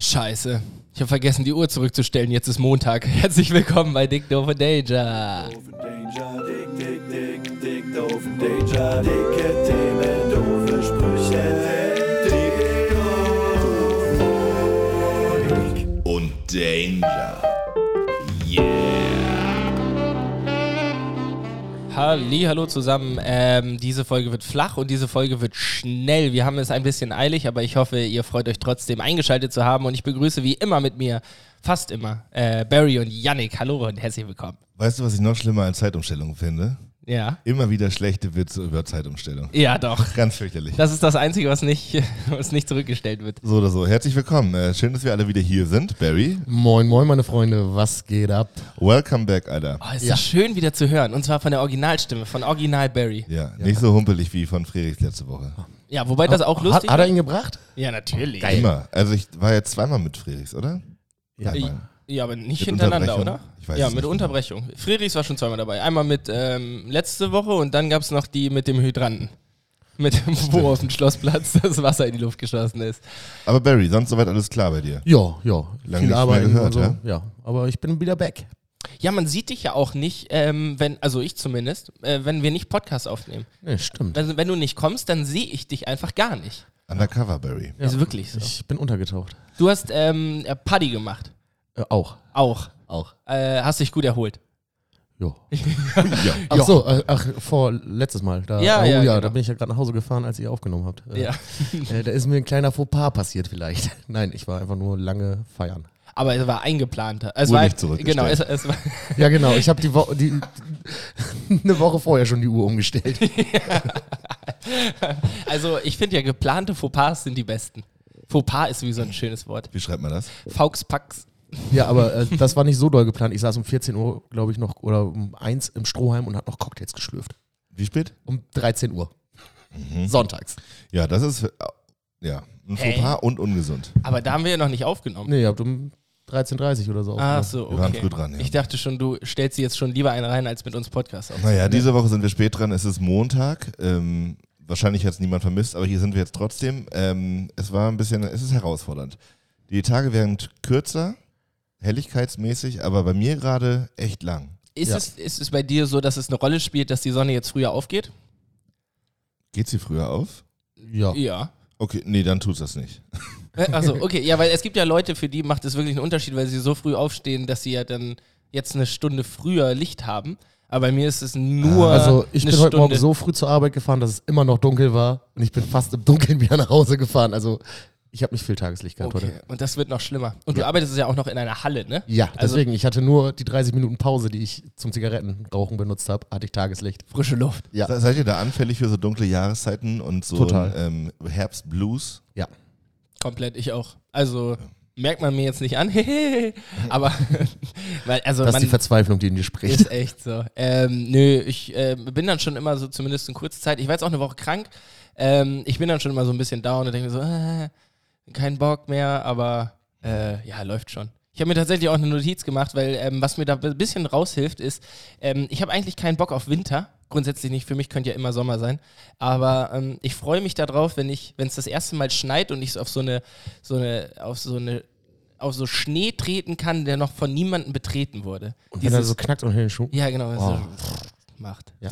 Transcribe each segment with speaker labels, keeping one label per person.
Speaker 1: Scheiße. Ich habe vergessen, die Uhr zurückzustellen. Jetzt ist Montag. Herzlich willkommen bei Dick Doof and Danger.
Speaker 2: Doofen Danger, dick, dick, dick, dick, doofen Danger, dicke Themen, doofe Sprüche, dick, doof, dick.
Speaker 3: und Danger. Yeah.
Speaker 1: Halli, hallo zusammen. Ähm, diese Folge wird flach und diese Folge wird schnell. Wir haben es ein bisschen eilig, aber ich hoffe, ihr freut euch trotzdem eingeschaltet zu haben. Und ich begrüße wie immer mit mir, fast immer, äh, Barry und Yannick. Hallo und herzlich willkommen.
Speaker 4: Weißt du, was ich noch schlimmer als Zeitumstellung finde?
Speaker 1: Ja.
Speaker 4: Immer wieder schlechte Witze über Zeitumstellung.
Speaker 1: Ja, doch.
Speaker 4: Ganz fürchterlich.
Speaker 1: Das ist das Einzige, was nicht, was nicht zurückgestellt wird.
Speaker 4: So oder so. Herzlich willkommen. Äh, schön, dass wir alle wieder hier sind, Barry.
Speaker 5: Moin, moin, meine Freunde, was geht ab?
Speaker 4: Welcome back, Alter.
Speaker 1: Oh, ist
Speaker 5: Ja.
Speaker 1: das schön wieder zu hören. Und zwar von der Originalstimme, von Original Barry.
Speaker 4: Ja, nicht so humpelig wie von Frederik letzte Woche.
Speaker 1: Ja, wobei das auch lustig
Speaker 5: Hat, hat er ihn gebracht?
Speaker 1: Ja, natürlich.
Speaker 4: Immer. Also ich war jetzt zweimal mit Fredericks, oder?
Speaker 5: Ja,
Speaker 1: Ich-
Speaker 4: Mann.
Speaker 1: Ja, aber nicht
Speaker 4: Mit
Speaker 1: hintereinander, oder?
Speaker 4: Unterbrechung? Ich weiß
Speaker 1: ja,
Speaker 4: es
Speaker 1: mit
Speaker 4: nicht
Speaker 1: Unterbrechung. Friedrichs war schon zweimal dabei. Einmal mit ähm, letzte Woche und dann gab es noch die mit dem Hydranten. Mit dem, wo auf dem Schlossplatz das Wasser in die Luft geschossen ist.
Speaker 4: Aber Barry, sonst soweit alles klar bei dir.
Speaker 5: Ja, ja.
Speaker 4: nicht mehr gehört,
Speaker 5: und
Speaker 4: ja?
Speaker 5: so. ja. Aber ich bin wieder back.
Speaker 1: Ja, man sieht dich ja auch nicht, ähm, wenn, also ich zumindest, äh, wenn wir nicht Podcast aufnehmen.
Speaker 5: Nee, stimmt.
Speaker 1: Also, wenn du nicht kommst, dann sehe ich dich einfach gar nicht.
Speaker 4: Undercover, Barry.
Speaker 5: Ja.
Speaker 1: Ist wirklich so.
Speaker 5: Ich bin untergetaucht.
Speaker 1: Du hast ähm, äh, Paddy gemacht.
Speaker 5: Äh, auch.
Speaker 1: Auch.
Speaker 5: Auch.
Speaker 1: Äh, hast dich gut erholt.
Speaker 5: Jo.
Speaker 4: Ja.
Speaker 5: Ach so, äh, ach, vor letztes Mal. Da,
Speaker 1: Ja,
Speaker 5: oh,
Speaker 1: ja,
Speaker 5: ja,
Speaker 1: genau.
Speaker 5: da bin ich ja gerade nach Hause gefahren, als ihr aufgenommen habt. Äh,
Speaker 1: Ja.
Speaker 5: Äh, da ist mir ein kleiner Fauxpas passiert vielleicht. Nein, ich war einfach nur lange feiern.
Speaker 1: Aber es war eingeplant. Es
Speaker 4: Uhr
Speaker 1: war,
Speaker 4: nicht zurückgestellt.
Speaker 1: genau, es, es war,
Speaker 5: Ja, genau. Ich habe die, Wo die eine Woche vorher schon die Uhr umgestellt.
Speaker 1: Also ich finde ja geplante Fauxpas sind die besten. Fauxpas ist sowieso ein schönes Wort.
Speaker 4: Wie schreibt man das?
Speaker 1: Fauxpax.
Speaker 5: Ja, aber äh, das war nicht so doll geplant. Ich saß um 14 Uhr, glaube ich, noch oder um 1 im Strohhalm und habe noch Cocktails geschlürft.
Speaker 4: Wie spät?
Speaker 5: Um 13 Uhr. Sonntags.
Speaker 4: Ja, das ist äh, ja ein
Speaker 1: Ey.
Speaker 4: Fauxpas und ungesund.
Speaker 1: Aber da haben wir ja noch nicht aufgenommen.
Speaker 5: Nee, ihr habt um 13.30 Uhr oder so.
Speaker 1: Ach
Speaker 5: aufgehört.
Speaker 1: so, okay.
Speaker 4: Wir waren früh dran, ja.
Speaker 1: Ich dachte schon, du stellst sie jetzt schon lieber einen rein, als mit uns Podcast auf.
Speaker 4: Naja, diese Woche sind wir spät dran. Es ist Montag. Ähm, wahrscheinlich hat es niemand vermisst, aber hier sind wir jetzt trotzdem. Ähm, es war ein bisschen, es ist herausfordernd. Die Tage werden kürzer, helligkeitsmäßig, aber bei mir gerade echt lang.
Speaker 1: Ist,
Speaker 5: Ja.
Speaker 1: es, ist es bei dir so, dass es eine Rolle spielt, dass die Sonne jetzt früher aufgeht?
Speaker 4: Geht sie früher auf?
Speaker 5: Ja.
Speaker 1: Ja.
Speaker 4: Okay, nee, dann tut das nicht.
Speaker 1: Also okay, ja, weil es gibt ja Leute, für die macht es wirklich einen Unterschied, weil sie so früh aufstehen, dass sie ja dann jetzt eine Stunde früher Licht haben. Aber bei mir ist es nur
Speaker 5: Also ich
Speaker 1: eine
Speaker 5: bin heute
Speaker 1: Stunde.
Speaker 5: Morgen so früh zur Arbeit gefahren, dass es immer noch dunkel war. Und ich bin fast im Dunkeln wieder nach Hause gefahren. Also ich habe nicht viel Tageslicht gehabt
Speaker 1: Okay.
Speaker 5: heute.
Speaker 1: Und das wird noch schlimmer. Und du arbeitest ja auch noch in einer Halle, ne?
Speaker 5: Ja,
Speaker 1: Also-
Speaker 5: deswegen, ich hatte nur die 30 Minuten Pause, die ich zum Zigarettenrauchen benutzt habe, hatte ich Tageslicht.
Speaker 1: Frische Luft.
Speaker 5: Ja.
Speaker 4: Se- Seid ihr da anfällig für so dunkle Jahreszeiten und so
Speaker 5: Total.
Speaker 4: Ähm, Herbstblues?
Speaker 5: Ja.
Speaker 1: Komplett, ich auch. Also merkt man mir jetzt nicht an, aber weil, also
Speaker 5: Das ist die
Speaker 1: man
Speaker 5: Verzweiflung, die in dir spricht.
Speaker 1: ist echt so. Ähm, nö, ich äh, bin dann schon immer so, zumindest in kurzer Zeit, ich war jetzt auch eine Woche krank, ähm, ich bin dann schon immer so ein bisschen down und denke mir so, äh, kein Bock mehr, aber äh, ja, läuft schon. Ich habe mir tatsächlich auch eine Notiz gemacht, weil ähm, was mir da ein bisschen raushilft, ist, ähm, ich habe eigentlich keinen Bock auf Winter. Grundsätzlich nicht, für mich könnte ja immer Sommer sein. Aber ähm, ich freue mich darauf, wenn ich, wenn es das erste Mal schneit und ich so auf so eine, so eine, auf so eine, auf so Schnee treten kann, der noch von niemandem betreten wurde.
Speaker 5: Und wenn er so knackt und Hände
Speaker 1: ja, genau, wenn es
Speaker 5: Oh.
Speaker 1: so macht.
Speaker 5: Ja,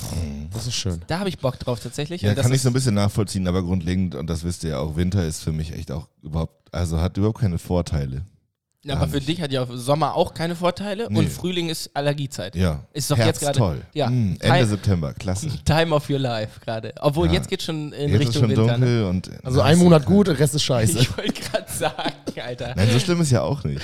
Speaker 5: das ist schön.
Speaker 1: Da habe ich Bock drauf tatsächlich.
Speaker 4: Ja,
Speaker 1: Und das
Speaker 4: kann ich
Speaker 1: ist-
Speaker 4: so ein bisschen nachvollziehen, aber grundlegend, und das wisst ihr ja auch, Winter ist für mich echt auch überhaupt, also hat überhaupt keine Vorteile.
Speaker 1: Ja, aber
Speaker 4: gar
Speaker 1: für
Speaker 4: nicht.
Speaker 1: dich hat ja Sommer auch keine Vorteile
Speaker 4: Nee.
Speaker 1: und Frühling ist Allergiezeit.
Speaker 4: Ja.
Speaker 1: Ist doch
Speaker 4: Herbst
Speaker 1: jetzt gerade-
Speaker 4: toll.
Speaker 1: ja.
Speaker 4: Mm, Ende
Speaker 1: Kein-
Speaker 4: September, klasse.
Speaker 1: Time of your life gerade. Obwohl,
Speaker 4: Ja.
Speaker 1: jetzt geht schon in
Speaker 4: Jetzt ist
Speaker 1: Richtung
Speaker 4: schon
Speaker 1: Winter. Ne?
Speaker 4: dunkel und
Speaker 5: Also
Speaker 4: Ja,
Speaker 5: ein
Speaker 4: ist
Speaker 5: Monat
Speaker 4: okay.
Speaker 5: gut, der Rest ist scheiße.
Speaker 1: Ich wollte gerade sagen, Alter.
Speaker 4: Nein, so schlimm ist ja auch nicht.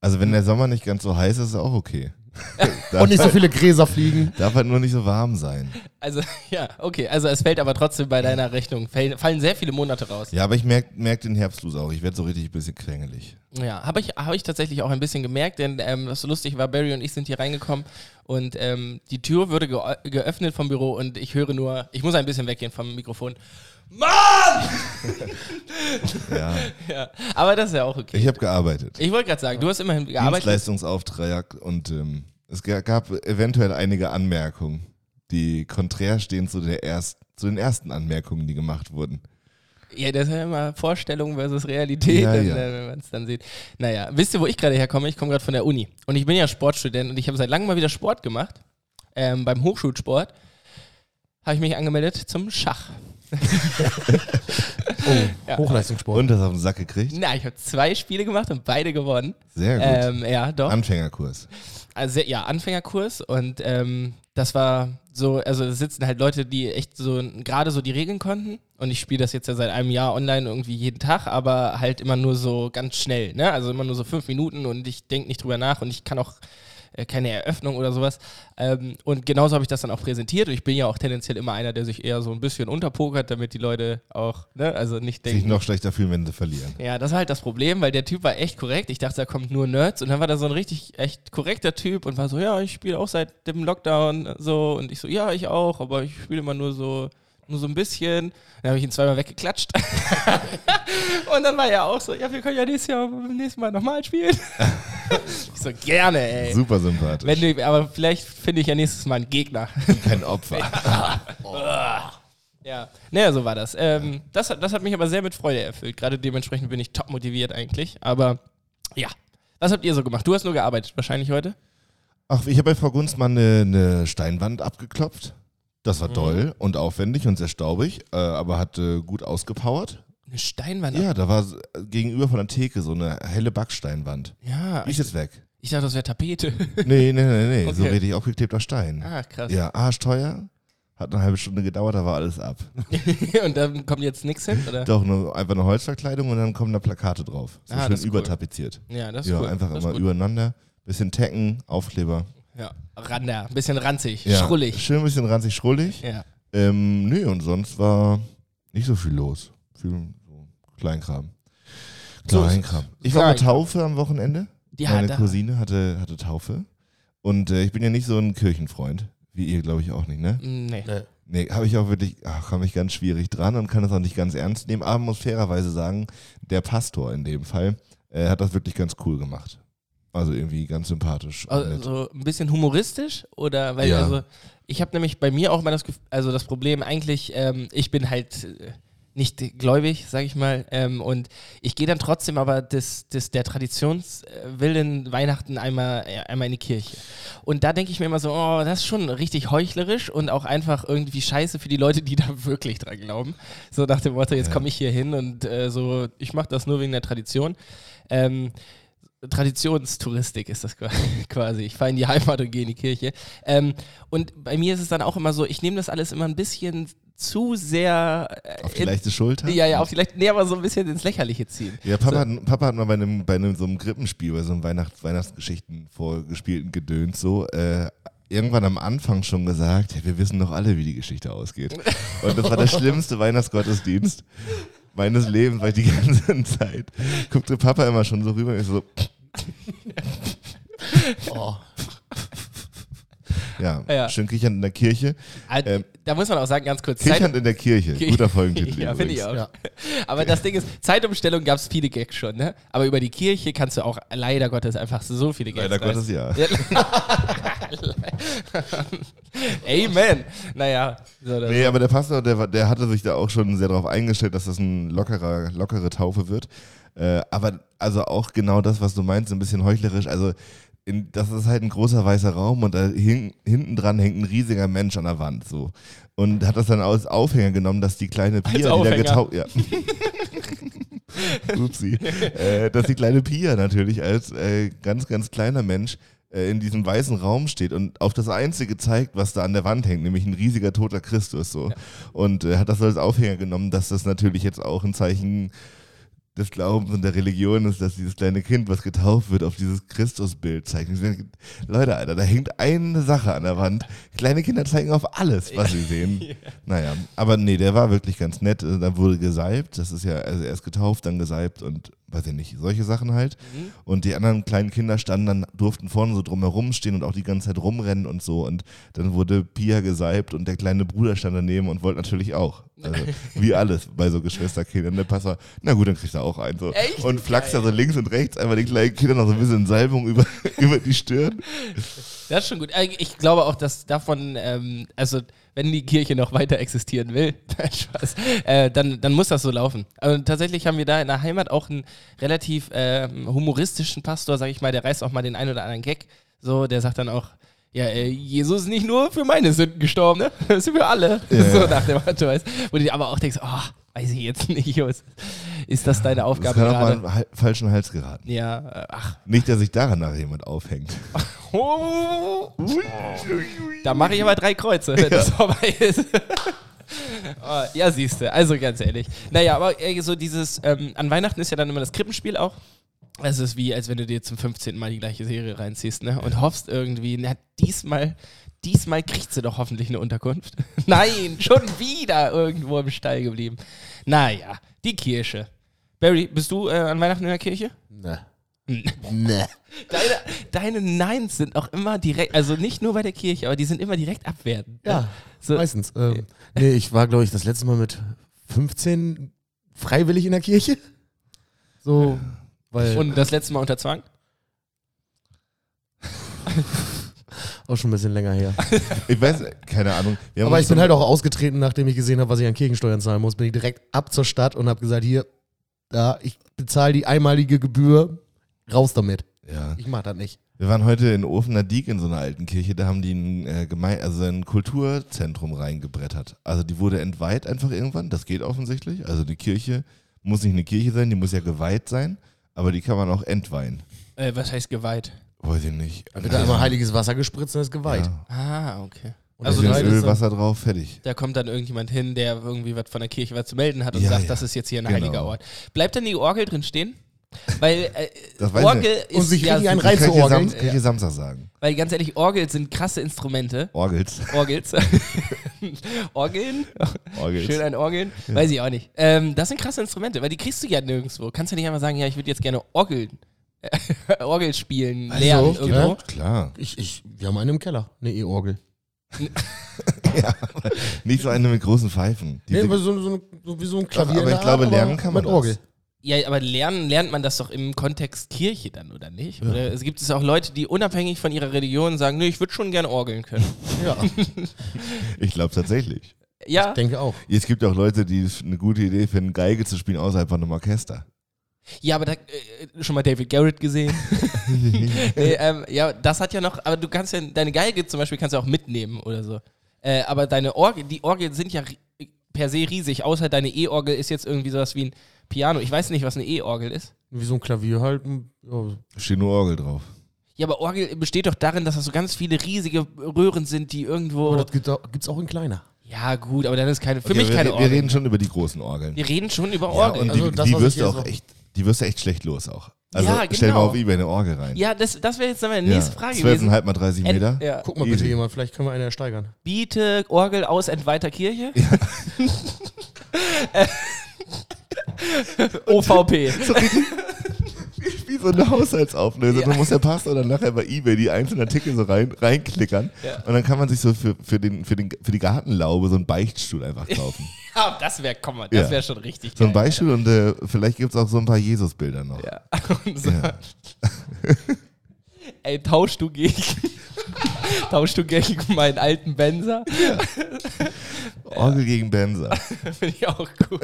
Speaker 4: Also wenn der Sommer nicht ganz so heiß ist, ist auch okay. darf, halt-
Speaker 5: Und nicht so viele Gräser fliegen.
Speaker 4: darf halt nur nicht so warm sein.
Speaker 1: Also, ja, okay. Also, es fällt aber trotzdem bei deiner Rechnung. Fällen, fallen sehr viele Monate raus.
Speaker 4: Ja, aber ich merke merk den Herbstblues auch. Ich werde so richtig ein bisschen quengelig.
Speaker 1: Ja, habe ich, hab ich tatsächlich auch ein bisschen gemerkt, denn ähm, was so lustig war, Barry und ich sind hier reingekommen und ähm, die Tür wurde geo- geöffnet vom Büro und ich höre nur, ich muss ein bisschen weggehen vom Mikrofon.
Speaker 4: Ja.
Speaker 1: Ja, aber das ist ja auch okay.
Speaker 4: Ich habe gearbeitet.
Speaker 1: Ich wollte gerade sagen, du hast immerhin gearbeitet.
Speaker 4: Dienstleistungsauftrag und ähm, es ga- gab eventuell einige Anmerkungen, die konträr stehen zu, der erst, zu den ersten Anmerkungen, die gemacht wurden.
Speaker 1: Ja, das ist ja immer Vorstellung versus Realität,
Speaker 4: Ja,
Speaker 1: wenn-
Speaker 4: ja.
Speaker 1: wenn man es dann sieht. Naja, wisst ihr, wo ich gerade herkomme? Ich komme gerade von der Uni. Und ich bin ja Sportstudent und ich habe seit langem mal wieder Sport gemacht. Ähm, beim Hochschulsport habe ich mich angemeldet zum Schach.
Speaker 5: Oh, Hochleistungssport.
Speaker 4: Und das auf den Sack gekriegt.
Speaker 1: Na, ich habe zwei Spiele gemacht und beide gewonnen.
Speaker 4: Sehr gut.
Speaker 1: Ähm, ja, doch.
Speaker 4: Anfängerkurs.
Speaker 1: also ja, Anfängerkurs und ähm, das war so, also es sitzen halt Leute, die echt so gerade so die Regeln konnten und ich spiele das jetzt ja seit einem Jahr online irgendwie jeden Tag, aber halt immer nur so ganz schnell, ne? Also immer nur so fünf Minuten und ich denke nicht drüber nach und ich kann auch äh, keine Eröffnung oder sowas. Ähm, und genauso habe ich das dann auch präsentiert. Und ich bin ja auch tendenziell immer einer, der sich eher so ein bisschen unterpokert, damit die Leute auch, ne, also nicht denken.
Speaker 4: Sich noch schlechter fühlen, wenn sie verlieren.
Speaker 1: Ja, das war halt das Problem, weil der Typ war echt korrekt. Ich dachte, da kommt nur Nerds. Und dann war da so ein richtig, echt korrekter Typ und war so, ja, ich spiele auch seit dem Lockdown so. Und ich so, ja, ich auch, aber ich spiele immer nur so, nur so ein bisschen. Dann habe ich ihn zweimal weggeklatscht. und dann war er auch so, ja, wir können ja nächstes Jahr, nächstes Mal nochmal spielen. ich so, gerne, ey.
Speaker 4: Super sympathisch.
Speaker 1: Wenn du, aber vielleicht finde ich ja nächstes Mal einen Gegner.
Speaker 4: Kein Opfer.
Speaker 1: Ja, naja, so war das. Ähm, das, hat- das hat mich aber sehr mit Freude erfüllt. Gerade dementsprechend bin ich top motiviert eigentlich. Aber ja, was habt ihr so gemacht? Du hast nur gearbeitet wahrscheinlich heute.
Speaker 4: Ach, ich habe bei Frau Gunz mal eine, eine Steinwand abgeklopft. Das war
Speaker 1: Mhm.
Speaker 4: doll und aufwendig und sehr staubig, äh, aber hat äh, gut ausgepowert.
Speaker 1: Eine Steinwand.
Speaker 4: Ja, da war s- äh, gegenüber von der Theke so eine helle Backsteinwand.
Speaker 1: ja
Speaker 4: Die
Speaker 1: ich,
Speaker 4: ist jetzt weg.
Speaker 1: ich dachte, das wäre Tapete.
Speaker 4: Nee, nee, nee, nee. So
Speaker 1: Okay.
Speaker 4: richtig aufgeklebter Stein.
Speaker 1: ah, krass.
Speaker 4: Ja, arschteuer. Hat eine halbe Stunde gedauert, da war alles ab.
Speaker 1: Und dann kommt jetzt nichts hin, oder?
Speaker 4: Doch, nur, einfach eine Holzverkleidung und dann kommen da Plakate drauf. So
Speaker 1: Ah,
Speaker 4: schön
Speaker 1: das ist cool.
Speaker 4: übertapeziert.
Speaker 1: Ja, das ist
Speaker 4: Ja,
Speaker 1: cool.
Speaker 4: einfach
Speaker 1: das ist
Speaker 4: immer
Speaker 1: gut.
Speaker 4: übereinander. Bisschen Tecken, Aufkleber.
Speaker 1: Ja, Rander. Ein bisschen ranzig,
Speaker 4: Ja,
Speaker 1: schrullig.
Speaker 4: Schön ein bisschen ranzig, schrullig.
Speaker 1: Ja.
Speaker 4: Ähm, nee, und sonst war nicht so viel los. Viel so Kleinkram.
Speaker 1: So ist es.
Speaker 4: Kleinkram. Ich war bei
Speaker 1: Kleinkram.
Speaker 4: Taufe am Wochenende.
Speaker 1: Ja,
Speaker 4: Meine
Speaker 1: da.
Speaker 4: Cousine hatte, hatte Taufe. Und äh, ich bin ja nicht so ein Kirchenfreund. Wie ihr, glaube ich, auch nicht, ne?
Speaker 1: Mm, Nee.
Speaker 4: Nee, habe ich auch wirklich, ach, komme ich ganz schwierig dran und kann das auch nicht ganz ernst nehmen. Aber muss fairerweise sagen, der Pastor in dem Fall äh, hat das wirklich ganz cool gemacht. Also irgendwie ganz sympathisch. und nett.
Speaker 1: Also ein bisschen humoristisch oder weil
Speaker 4: Ja.
Speaker 1: also ich habe nämlich bei mir auch mal das Gef- also das Problem eigentlich ähm, ich bin halt äh, nicht gläubig sage ich mal ähm, und ich gehe dann trotzdem aber des, des der Traditionswillen Weihnachten einmal äh, einmal in die Kirche und da denke ich mir immer so oh das ist schon richtig heuchlerisch und auch einfach irgendwie scheiße für die Leute die da wirklich dran glauben so nach dem Motto jetzt komme ich hier hin und äh, so ich mache das nur wegen der Tradition ähm, Traditionstouristik ist das qua- quasi. Ich fahre in die Heimat und gehe in die Kirche. Ähm, und bei mir ist es dann auch immer so, ich nehme das alles immer ein bisschen zu sehr. äh,
Speaker 4: auf die
Speaker 1: in-
Speaker 4: leichte Schulter.
Speaker 1: Ja, ja, auf die leichte. Nee, aber so ein bisschen ins Lächerliche ziehen.
Speaker 4: Ja, Papa, hat, Papa hat mal bei einem, bei einem so einem Krippenspiel, bei so einem Weihnachts Weihnachtsgeschichten vorgespielten Gedöns so, äh, irgendwann am Anfang schon gesagt, ja, wir wissen doch alle, wie die Geschichte ausgeht. Und das war der schlimmste Weihnachtsgottesdienst meines Lebens, weil ich die ganze Zeit guckte Papa immer schon so rüber und ich so,
Speaker 5: Oh.
Speaker 4: ja,
Speaker 1: Ja.
Speaker 4: schön kichern in der Kirche.
Speaker 1: Ah,
Speaker 4: Ähm,
Speaker 1: da muss man auch sagen, ganz kurz.
Speaker 4: Kichern in der Kirche, guter Folgentitel
Speaker 1: Ja, finde ich
Speaker 4: übrigens.
Speaker 1: auch.
Speaker 5: Ja.
Speaker 1: Aber das Ding ist, Zeitumstellung gab es viele Gags schon, ne? Aber über die Kirche kannst du auch leider Gottes einfach so viele Gags
Speaker 4: Leider Gottes, ja.
Speaker 1: Amen. Naja. So, das
Speaker 4: Nee, aber der Pastor, der, war- der hatte sich da auch schon sehr darauf eingestellt, dass das eine lockerer, lockere Taufe wird. Äh, aber also auch genau das, was du meinst, ein bisschen heuchlerisch. Also in, das ist halt ein großer weißer Raum und da hin, hinten dran hängt ein riesiger Mensch an der Wand so. Und hat das dann als Aufhänger genommen, dass die kleine Pia, die da
Speaker 1: Aufhänger.
Speaker 4: getauft. Ja. Upsi. Äh, dass die kleine Pia natürlich als äh, ganz, ganz kleiner Mensch äh, in diesem weißen Raum steht und auf das Einzige zeigt, was da an der Wand hängt, nämlich ein riesiger toter Christus. So. Und äh, hat das so als Aufhänger genommen, dass das natürlich jetzt auch ein Zeichen des Glaubens und der Religion ist, dass dieses kleine Kind, was getauft wird, auf dieses Christusbild zeigt. Und ich denke, Leute, Alter, da hängt eine Sache an der Wand. Kleine Kinder zeigen auf alles, was sie sehen. Naja, aber nee, der war wirklich ganz nett. Äh, Dann wurde gesalbt. Das ist ja, also erst getauft, dann gesalbt und weiß ich nicht, solche Sachen halt.
Speaker 5: Mhm.
Speaker 4: Und die anderen kleinen Kinder standen dann, durften vorne so drumherum stehen und auch die ganze Zeit rumrennen und so. Und dann wurde Pia gesalbt und der kleine Bruder stand daneben und wollte natürlich auch. Also, wie alles bei so Geschwisterkindern. Der Passer, na gut, dann kriegt er auch einen. So.
Speaker 1: Echt?
Speaker 4: Und flaxt da so links und rechts einmal den kleinen Kindern noch so ein bisschen Salbung über, über die Stirn.
Speaker 1: Das ist schon gut. Äh, Ich glaube auch, dass davon, ähm, also wenn die Kirche noch weiter existieren will, Nein, Spaß, äh, dann, dann muss das so laufen. Also tatsächlich haben wir da in der Heimat auch einen relativ ähm, humoristischen Pastor, sag ich mal, der reißt auch mal den einen oder anderen Gag. So, der sagt dann auch, ja, äh, Jesus ist nicht nur für meine Sünden gestorben, ne? Das sind für alle. So nach dem Motto, weißt Wo du dir aber auch denkst, oh, weiß ich jetzt nicht, Jungs. Ist das deine
Speaker 4: Das
Speaker 1: Aufgabe
Speaker 4: kann auch mal
Speaker 1: gerade?
Speaker 4: einen hal- falschen Hals geraten.
Speaker 1: Ja, äh, ach.
Speaker 4: Nicht, dass sich daran nachher jemand aufhängt.
Speaker 1: Oh. Da mache ich aber drei Kreuze, wenn das vorbei ist. Oh, ja, siehst du, also ganz ehrlich. Naja, aber ey, so dieses, ähm, an Weihnachten ist ja dann immer das Krippenspiel auch. Es ist wie, als wenn du dir zum 15. Mal die gleiche Serie reinziehst, ne? Und hoffst irgendwie, na, diesmal, diesmal kriegt sie doch hoffentlich eine Unterkunft. Nein, schon wieder irgendwo im Stall geblieben. Naja, die Kirche. Barry, bist du äh, an Weihnachten in der Kirche?
Speaker 5: Ne. Ne.
Speaker 1: Deine, deine Neins sind auch immer direkt, also nicht nur bei der Kirche, aber die sind immer direkt abwertend.
Speaker 5: Ja,
Speaker 1: So-
Speaker 5: meistens. Ähm, nee, ich war, glaube ich, das letzte Mal mit 15 freiwillig in der Kirche. So, weil
Speaker 1: Und das letzte Mal unter Zwang?
Speaker 5: auch schon ein bisschen länger her.
Speaker 4: Ich weiß, keine Ahnung. Wir haben
Speaker 5: Aber
Speaker 4: uns
Speaker 5: ich bin
Speaker 4: so-
Speaker 5: halt auch ausgetreten, nachdem ich gesehen habe, was ich an Kirchensteuern zahlen muss. Bin ich direkt ab zur Stadt und habe gesagt, hier, da, ich bezahle die einmalige Gebühr, raus damit.
Speaker 4: Ja.
Speaker 5: Ich mach das nicht.
Speaker 4: Wir waren heute in Ofener Diek in so einer alten Kirche, da haben die ein, äh, Geme also ein Kulturzentrum reingebrettert. Also die wurde entweiht einfach irgendwann, das geht offensichtlich. Also die Kirche muss nicht eine Kirche sein, die muss ja geweiht sein, aber die kann man auch entweihen.
Speaker 1: Äh, was heißt geweiht?
Speaker 4: Weiß ich nicht. Also
Speaker 5: Da wird da immer heiliges Wasser gespritzt und ist geweiht.
Speaker 4: Ja.
Speaker 1: Ah, okay.
Speaker 5: Und
Speaker 1: Also
Speaker 4: Also
Speaker 5: deswegen
Speaker 1: da
Speaker 5: ist
Speaker 4: Öl,
Speaker 5: dann-
Speaker 4: Wasser drauf, fertig.
Speaker 1: Da kommt dann irgendjemand hin, der irgendwie was von der Kirche was zu melden hat und
Speaker 4: Ja,
Speaker 1: sagt,
Speaker 4: ja.
Speaker 1: das ist jetzt hier ein
Speaker 4: Genau.
Speaker 1: heiliger Ort. Bleibt dann die Orgel drin stehen? Weil äh,
Speaker 4: Das weiß ich
Speaker 1: Orgel ist
Speaker 5: Und sich richtig einen
Speaker 1: sind-
Speaker 5: rein-
Speaker 4: Kann ich hier
Speaker 5: Orgeln?
Speaker 4: Sam kann ich hier Samstag sagen.
Speaker 1: weil ganz ehrlich, Orgel sind krasse Instrumente.
Speaker 4: Orgels.
Speaker 1: Orgels. Orgeln?
Speaker 4: Orgels.
Speaker 1: Schön ein Orgeln? Weiß ich auch nicht. Ähm, das sind krasse Instrumente, weil die kriegst du ja nirgendwo. Kannst ja nicht einfach sagen, ja, ich würde jetzt gerne Orgeln, äh, Orgel spielen, lernen
Speaker 5: Also,
Speaker 1: irgendwo.
Speaker 4: Klar.
Speaker 5: Ich, ich, wir haben eine im Keller, eine E-Orgel.
Speaker 4: Nicht so eine mit großen Pfeifen. Die
Speaker 5: Nee, aber
Speaker 4: sind- Also,
Speaker 5: so, so, so wie so ein
Speaker 4: aber
Speaker 5: Klavier. in
Speaker 4: ich
Speaker 5: der
Speaker 4: glaube,
Speaker 5: Art,
Speaker 4: lernen
Speaker 5: aber
Speaker 4: kann man
Speaker 5: Mit Orgel.
Speaker 4: das.
Speaker 1: Ja, aber lernen lernt man das doch im Kontext Kirche dann, oder nicht? Oder es gibt es auch Leute, die unabhängig von ihrer Religion sagen, nee, ich würde schon gerne orgeln können.
Speaker 5: Ja,
Speaker 4: ich glaube tatsächlich.
Speaker 1: ja,
Speaker 5: denke auch.
Speaker 4: Es gibt auch Leute, die es eine gute Idee finden, Geige zu spielen außerhalb von einem Orchester.
Speaker 1: ja, aber da, äh, schon mal David Garrett gesehen. nee, ähm, ja, das hat ja noch, aber du kannst ja, deine Geige zum Beispiel kannst du auch mitnehmen oder so. Äh, aber deine Orgel, die Orgel sind ja ri- per se riesig, außer deine E-Orgel ist jetzt irgendwie sowas wie ein Piano. Ich weiß nicht, was eine E-Orgel ist.
Speaker 5: Wie so ein Klavier halt. ein- Ja,
Speaker 4: Steht nur Orgel drauf.
Speaker 1: Ja, aber Orgel besteht doch darin, dass das so ganz viele riesige Röhren sind, die irgendwo.
Speaker 5: aber das gibt auch, gibt's auch in kleiner.
Speaker 1: Ja, gut, aber dann ist keine, für
Speaker 4: Oh, Okay,
Speaker 1: mich
Speaker 4: wir,
Speaker 1: keine
Speaker 4: wir,
Speaker 1: Orgel.
Speaker 4: Wir reden schon über die großen Orgeln.
Speaker 1: Wir reden schon über
Speaker 4: ja,
Speaker 1: Orgel.
Speaker 4: und
Speaker 5: Also
Speaker 4: die,
Speaker 5: das,
Speaker 4: die
Speaker 5: was ich
Speaker 4: wirst du
Speaker 5: hier
Speaker 4: auch
Speaker 5: so-
Speaker 4: echt, die wirst du echt schlecht los auch. Also
Speaker 1: Ja,
Speaker 4: stell mal
Speaker 1: genau.
Speaker 4: auf eBay eine Orgel rein.
Speaker 1: ja, das, das wäre jetzt dann meine nächste Frage gewesen.
Speaker 4: 12,5 mal 30
Speaker 1: Ent-
Speaker 4: Meter.
Speaker 1: ja.
Speaker 5: Guck mal
Speaker 4: Easy.
Speaker 5: bitte jemand, vielleicht können wir eine ersteigern.
Speaker 1: Biete Orgel aus entweiter Kirche. OVP.
Speaker 4: Wie so eine Haushaltsauflösung. Da muss der Pastor dann nachher bei eBay die einzelnen Artikel so rein, reinklickern. Und dann kann man sich so für, für, den, für, den, für die Gartenlaube so einen Beichtstuhl einfach kaufen.
Speaker 1: Ah, das wäre, komm mal, das
Speaker 4: Ja.
Speaker 1: wäre schon richtig.
Speaker 4: so einen
Speaker 1: geil.
Speaker 4: Beichtstuhl und äh, vielleicht gibt es auch so ein paar Jesusbilder noch.
Speaker 1: Ja. Und so.
Speaker 4: Ja.
Speaker 1: Ey, tauschst du gegen. tauschst du gegen meinen alten Benzer?
Speaker 4: Orgel gegen Benzer.
Speaker 1: Finde ich auch gut.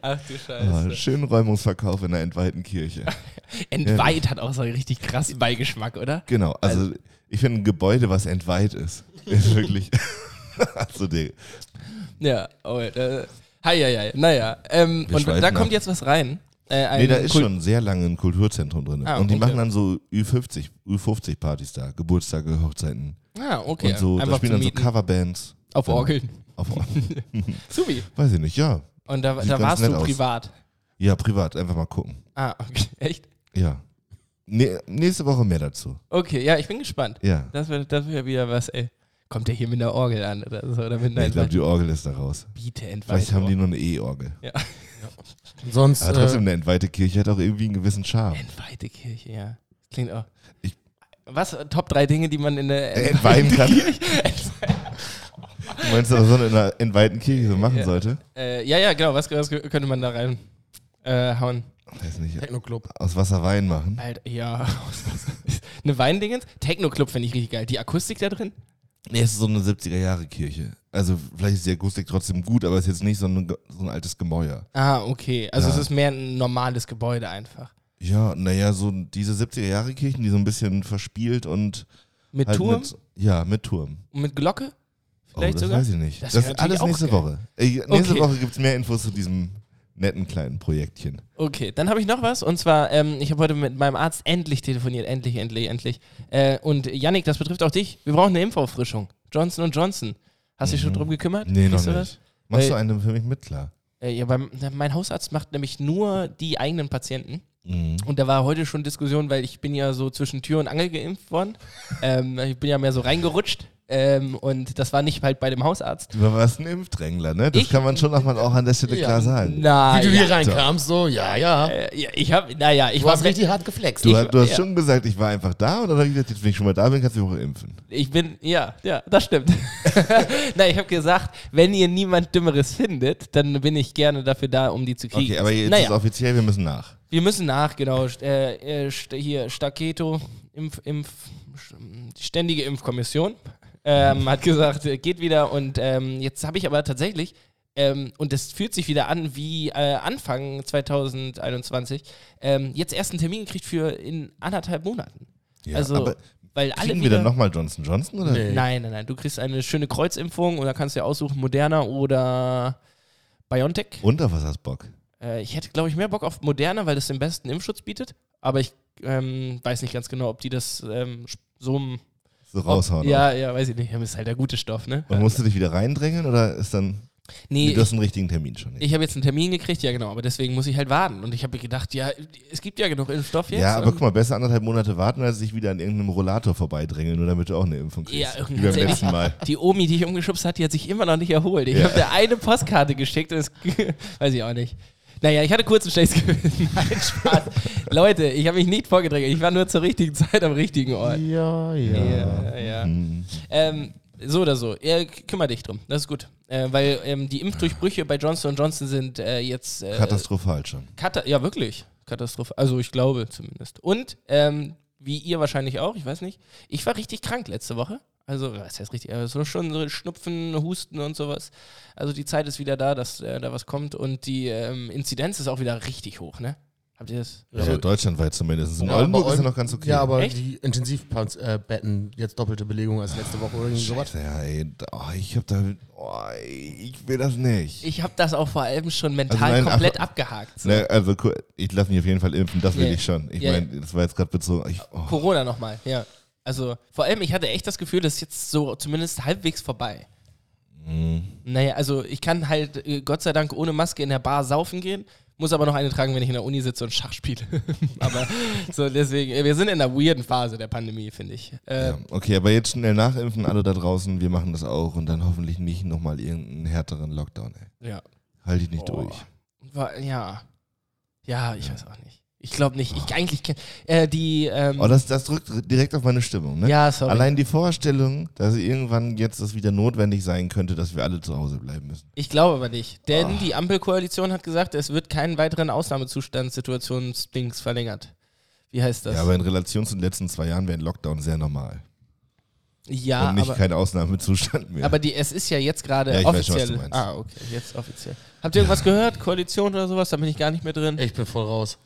Speaker 1: Ach du
Speaker 4: Ah,
Speaker 1: Scheiße.
Speaker 4: schönen Räumungsverkauf in der entweihten Kirche.
Speaker 1: Entweiht hat auch so einen richtig krassen Beigeschmack, oder?
Speaker 4: Genau, also ich finde ein Gebäude, was entweiht ist, ist wirklich. also die,
Speaker 1: Ja, oh, äh, hei, hei, hei. naja. Ähm,
Speaker 4: Wir
Speaker 1: und da
Speaker 4: schweifen
Speaker 1: kommt
Speaker 4: ab.
Speaker 1: jetzt was rein. Äh, ein
Speaker 4: nee, da ist
Speaker 1: Kult-
Speaker 4: schon sehr lange ein Kulturzentrum drin.
Speaker 1: Ah,
Speaker 4: und die
Speaker 1: okay.
Speaker 4: machen dann so Ü50, Ü50-Partys da, Geburtstage, Hochzeiten
Speaker 1: Ah, okay.
Speaker 4: und so. da
Speaker 1: Einfach
Speaker 4: spielen
Speaker 1: zu
Speaker 4: dann so Genau.
Speaker 1: mieten.
Speaker 4: Coverbands.
Speaker 1: Auf
Speaker 4: Ja.
Speaker 1: Orgeln.
Speaker 4: Auf,
Speaker 1: Subi.
Speaker 4: weiß ich nicht, ja.
Speaker 1: Und da,
Speaker 4: Sieht
Speaker 1: da
Speaker 4: ganz
Speaker 1: warst
Speaker 4: nett
Speaker 1: du
Speaker 4: aus.
Speaker 1: privat.
Speaker 4: Ja, privat, einfach mal gucken.
Speaker 1: Ah, okay. Echt?
Speaker 4: Ja. Nä- nächste Woche mehr dazu.
Speaker 1: Okay, ja, ich bin gespannt.
Speaker 4: Ja.
Speaker 1: Das wird das wird ja wieder was, ey. Kommt der hier mit einer Orgel an oder so? Oder mit
Speaker 4: Nee,
Speaker 1: einer
Speaker 4: ich glaube, die Orgel ist da raus.
Speaker 1: Biete entweiht.
Speaker 4: Vielleicht haben die nur eine E-Orgel.
Speaker 1: Ja.
Speaker 5: Sonst,
Speaker 4: Aber trotzdem,
Speaker 5: äh,
Speaker 4: eine entweihte Kirche hat auch irgendwie einen gewissen Charme.
Speaker 1: Entweihte Kirche, ja. Klingt auch.
Speaker 4: Ich- Äh,
Speaker 1: was? äh, Top drei Dinge, die man in der.
Speaker 4: Entweihen kann. Du meinst, dass man das in einer entweihten Kirche so machen
Speaker 1: Ja.
Speaker 4: sollte?
Speaker 1: äh, ja, ja, genau. Was, was könnte man da rein äh, hauen? Halt,
Speaker 4: Weiß nicht.
Speaker 5: Techno-Club.
Speaker 4: Aus Wasser Wein machen.
Speaker 1: Alter, ja. Eine Weindingens? Techno-Club finde ich richtig geil. Die Akustik da drin?
Speaker 4: Nee, es ist so eine 70er-Jahre-Kirche. Also vielleicht ist die Akustik trotzdem gut, aber es ist jetzt nicht so ein, ge- so ein altes Gemäuer.
Speaker 1: Ah, okay. Also
Speaker 4: Ja.
Speaker 1: es ist mehr ein normales Gebäude einfach.
Speaker 4: Ja, naja, so diese 70er-Jahre-Kirchen, die so ein bisschen verspielt und
Speaker 1: Mit
Speaker 4: halt
Speaker 1: Turm
Speaker 4: Mit, ja, mit Turm.
Speaker 1: und mit Glocke?
Speaker 4: oh,
Speaker 1: Vielleicht
Speaker 4: das
Speaker 1: sogar?
Speaker 4: weiß ich nicht.
Speaker 1: Das
Speaker 4: Das,
Speaker 1: wär
Speaker 4: ist
Speaker 1: natürlich
Speaker 4: alles
Speaker 1: auch
Speaker 4: nächste
Speaker 1: geil.
Speaker 4: Woche. Äh, nächste
Speaker 1: Okay.
Speaker 4: Woche gibt es mehr Infos zu diesem netten kleinen Projektchen.
Speaker 1: Okay, dann habe ich noch was und zwar, ähm, ich habe heute mit meinem Arzt endlich telefoniert, endlich, endlich, endlich. Äh, und Yannick, das betrifft auch dich. Wir brauchen eine Impfauffrischung. Johnson Johnson. Hast du dich
Speaker 5: Mhm.
Speaker 1: schon drum gekümmert?
Speaker 4: Nee, noch
Speaker 1: Kriegst
Speaker 4: nicht.
Speaker 1: du das?
Speaker 4: Machst
Speaker 1: Weil-
Speaker 4: du eine für mich mit, klar?
Speaker 1: Äh, ja, beim, na, mein Hausarzt macht nämlich nur die eigenen Patienten.
Speaker 4: Mhm.
Speaker 1: Und da war heute schon Diskussion, weil ich bin ja so zwischen Tür und Angel geimpft worden. ähm, ich bin ja mehr so reingerutscht. Ähm, und das war nicht halt bei dem Hausarzt.
Speaker 4: Du warst ein Impfdrängler, ne? Das
Speaker 1: Ich-
Speaker 4: kann man schon auch mal auch an der Stelle klar sagen.
Speaker 1: Na,
Speaker 5: Wie du hier
Speaker 1: Ah, ja.
Speaker 5: reinkamst, so, ja, ja.
Speaker 1: Äh, ja, ich habe, naja, ich
Speaker 5: Du
Speaker 1: war
Speaker 5: hast richtig hart geflext.
Speaker 4: Du,
Speaker 1: Ich-
Speaker 4: hast- du hast
Speaker 1: ja.
Speaker 4: schon gesagt, ich war einfach da und dann habe ich gesagt, jetzt, wenn ich schon mal da bin, kannst du mich auch impfen.
Speaker 1: Ich bin, ja, ja, das stimmt. Nein, ich habe gesagt, wenn ihr niemand Dümmeres findet, dann bin ich gerne dafür da, um die zu kriegen.
Speaker 4: Okay, aber jetzt ist
Speaker 1: naja,
Speaker 4: offiziell, wir müssen nach.
Speaker 1: wir müssen nach, genau. st- Äh, äh, st- hier, Staketo, Impf, Impf, sch- die ständige Impfkommission ähm, hat gesagt, äh, geht wieder. Und ähm, jetzt habe ich aber tatsächlich, ähm, und das fühlt sich wieder an wie äh, Anfang 2021, ähm, jetzt ersten Termin gekriegt für in anderthalb Monaten.
Speaker 4: Ja,
Speaker 1: also,
Speaker 4: aber
Speaker 1: weil alle
Speaker 4: Kriegen wir
Speaker 1: wieder
Speaker 4: dann nochmal Johnson Johnson? Oder?
Speaker 5: Nee.
Speaker 1: Nein, nein, nein. Du kriegst eine schöne Kreuzimpfung und da kannst du ja aussuchen, Moderna oder BioNTech.
Speaker 4: Und auf was hast du Bock?
Speaker 1: Äh, ich hätte, glaube ich, mehr Bock auf Moderna, weil das den besten Impfschutz bietet. Aber ich ähm, weiß nicht ganz genau, ob die das ähm, sp- so m-
Speaker 4: So raushauen.
Speaker 1: Ja, ja, weiß ich nicht. Das ist halt der gute Stoff, ne?
Speaker 4: Und musst du dich wieder reindrängeln oder ist dann.
Speaker 1: nee,
Speaker 4: du
Speaker 1: ich,
Speaker 4: hast einen richtigen Termin schon.
Speaker 1: ich habe jetzt einen Termin gekriegt, ja genau, aber deswegen muss ich halt warten. Und ich habe mir gedacht, ja, es gibt ja genug Impfstoff jetzt.
Speaker 4: ja, aber
Speaker 1: und-
Speaker 4: guck mal, besser anderthalb Monate warten, als sich wieder an irgendeinem Rollator vorbeidrängeln, nur damit du auch eine Impfung kriegst.
Speaker 1: Ja,
Speaker 4: wie beim
Speaker 1: ganz
Speaker 4: letzten Mal.
Speaker 1: Die Omi, die ich umgeschubst hat, die hat sich immer noch nicht erholt. Ich
Speaker 4: Ja.
Speaker 1: habe der eine Postkarte geschickt und das weiß ich auch nicht. Naja, ich hatte kurz ein schlechtes Gewissen. Nein, Spaß. Leute, ich habe mich nicht vorgedrängelt. Ich war nur zur richtigen Zeit am richtigen Ort.
Speaker 5: ja, ja.
Speaker 1: Ja, ja. Ähm, so oder so. Ja, k- kümmer dich drum. Das ist gut. Äh, weil ähm, die Impfdurchbrüche bei Johnson Johnson sind äh, jetzt. Äh,
Speaker 4: Katastrophal schon.
Speaker 1: Kata ja, wirklich. Katastrophe. Also ich glaube zumindest. Und ähm, wie ihr wahrscheinlich auch, ich weiß nicht, ich war richtig krank letzte Woche. Also, was heißt richtig? Aber so schon so Schnupfen, Husten und sowas. Also die Zeit ist wieder da, dass äh, da was kommt. Und die ähm, Inzidenz ist auch wieder richtig hoch, ne? Habt ihr das?
Speaker 4: Ja, aber deutschlandweit zumindest. In
Speaker 5: Ja,
Speaker 4: Oldenburg
Speaker 5: aber
Speaker 4: ist ja
Speaker 5: Olden-
Speaker 4: noch ganz okay.
Speaker 5: Ja, aber
Speaker 1: Echt?
Speaker 5: die Intensivbetten jetzt doppelte Belegung als letzte Woche oder irgendwie sowas.
Speaker 4: Scheiße, ja, ey. da- Oh, ich hab da. Oh, ich will das nicht.
Speaker 1: Ich habe das auch vor allem schon mental
Speaker 4: Also nein,
Speaker 1: komplett
Speaker 4: ach-
Speaker 1: abgehakt. So.
Speaker 4: Na, also, cool, ich lasse mich auf jeden Fall impfen, das will
Speaker 1: Ja.
Speaker 4: ich schon. Ich
Speaker 1: Ja,
Speaker 4: meine, das war jetzt gerade bezogen. Ich, oh.
Speaker 1: Corona nochmal, ja. Also vor allem, ich hatte echt das Gefühl, das ist jetzt so zumindest halbwegs vorbei. Naja, also ich kann halt äh, Gott sei Dank ohne Maske in der Bar saufen gehen, muss aber noch eine tragen, wenn ich in der Uni sitze und Schach spiele. aber so deswegen, äh, wir sind in einer weirden Phase der Pandemie, finde ich. Äh,
Speaker 4: Ja, okay, aber jetzt schnell nachimpfen, alle da draußen, wir machen das auch und dann hoffentlich nicht nochmal irgendeinen härteren Lockdown, ey.
Speaker 1: ja.
Speaker 4: Halt dich nicht
Speaker 1: Oh.
Speaker 4: durch.
Speaker 1: War, ja. Ja, ich weiß auch nicht. Ich glaube nicht. Ich eigentlich kenn, äh, die ähm,
Speaker 4: Oh, das, das drückt direkt auf meine Stimmung, ne?
Speaker 1: Ja, sorry.
Speaker 4: Allein die Vorstellung, dass irgendwann jetzt das wieder notwendig sein könnte, dass wir alle zu Hause bleiben müssen.
Speaker 1: Ich glaube aber nicht.
Speaker 4: Ah.
Speaker 1: Denn die Ampelkoalition hat gesagt, es wird keinen weiteren Ausnahmezustandssituationsdings verlängert. Wie heißt das?
Speaker 4: ja, aber in Relation zu den letzten zwei Jahren wäre ein Lockdown sehr normal.
Speaker 1: Ja,
Speaker 4: und nicht
Speaker 1: aber,
Speaker 4: kein Ausnahmezustand mehr.
Speaker 1: aber die, es ist ja jetzt gerade
Speaker 4: Ja, ich weiß schon, was
Speaker 1: offiziell.
Speaker 4: du meinst.
Speaker 1: ah, okay, jetzt offiziell. Habt ihr irgendwas gehört? Koalition oder sowas? Da bin ich gar nicht mehr drin.
Speaker 5: Ich bin voll raus.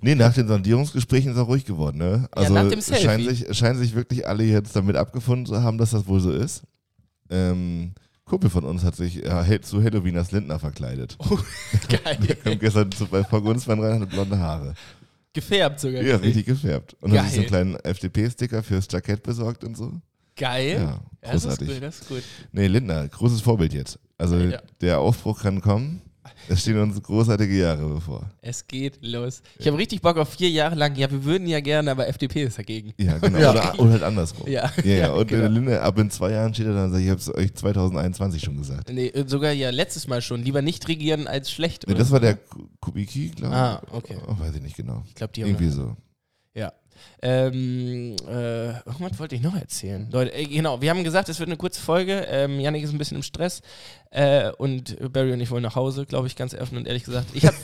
Speaker 4: nee, nach den Sondierungsgesprächen ist auch ruhig geworden, ne? Also
Speaker 1: nach dem
Speaker 4: es
Speaker 1: Selfie.
Speaker 4: scheinen, sich, es scheinen sich wirklich alle jetzt damit abgefunden zu haben, dass das wohl so ist. Ähm, Kumpel von uns hat sich äh, zu Halloween als Lindner verkleidet.
Speaker 1: Geil.
Speaker 4: Wir haben gestern zu, bei Frau Gunzmann rein, hatte blonde Haare.
Speaker 1: Gefärbt sogar.
Speaker 4: Ja, richtig gefärbt. Und hat sich so
Speaker 1: Geil.
Speaker 4: einen kleinen FDP-Sticker fürs Jackett besorgt und so.
Speaker 1: Geil.
Speaker 4: Ja,
Speaker 1: Ja, das ist gut,
Speaker 4: großartig.
Speaker 1: das ist gut.
Speaker 4: Nee, Lindner, großes Vorbild jetzt. Also
Speaker 1: Ja.
Speaker 4: der Aufbruch kann kommen. Es stehen uns großartige Jahre bevor.
Speaker 1: Es geht los. Ich habe richtig Bock auf vier Jahre lang. Ja, wir würden ja gerne, aber FDP ist dagegen.
Speaker 4: Ja, genau.
Speaker 5: Ja.
Speaker 4: Oder, oder halt andersrum.
Speaker 1: Ja.
Speaker 4: ja, ja.
Speaker 1: Ja,
Speaker 4: Und
Speaker 1: genau.
Speaker 4: äh, Lindner, ab in zwei Jahren steht er dann und sagt, ich habe es euch 2021 schon gesagt.
Speaker 1: Nee, sogar ja letztes Mal schon. Lieber nicht regieren als schlecht.
Speaker 4: Nee,
Speaker 1: oder?
Speaker 4: das war der Ku- Kubicki, glaube ich.
Speaker 1: Ah, okay.
Speaker 4: Oh, weiß ich nicht genau.
Speaker 1: ich glaube, die haben
Speaker 4: Irgendwie so.
Speaker 1: Ja. Ähm, äh, irgendwas wollte ich noch erzählen. Leute, äh, genau, wir haben gesagt, es wird eine kurze Folge. Ähm, Yannick ist ein bisschen im Stress. Äh, und Barry und ich wollen nach Hause, glaube ich, ganz offen und ehrlich gesagt. Ich habe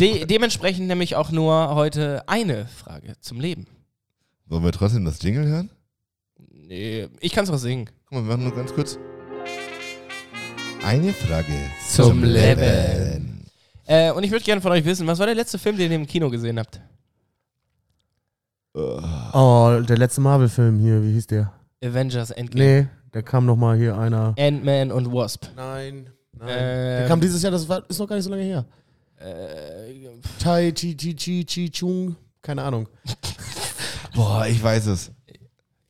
Speaker 1: de dementsprechend nämlich auch nur heute eine Frage zum Leben.
Speaker 4: Wollen wir trotzdem das Jingle hören?
Speaker 1: Nee, ich kann es was singen.
Speaker 4: Guck mal, wir machen nur ganz kurz. Eine Frage
Speaker 1: Zum Leben. Äh, und ich würde gerne von euch wissen, was war der letzte Film, den ihr im Kino gesehen habt?
Speaker 4: Ah.
Speaker 5: Oh, der letzte Marvel-Film hier, wie hieß der?
Speaker 1: Avengers Endgame.
Speaker 5: Nee, da kam nochmal hier einer.
Speaker 1: Ant-Man und Wasp.
Speaker 5: Nein, nein.
Speaker 1: Ähm,
Speaker 5: der kam dieses Jahr, das war, ist noch gar nicht so lange her.
Speaker 1: äh,
Speaker 5: Tai Chi Chi Chi Chi Chung, keine Ahnung.
Speaker 4: Boah, ich weiß es.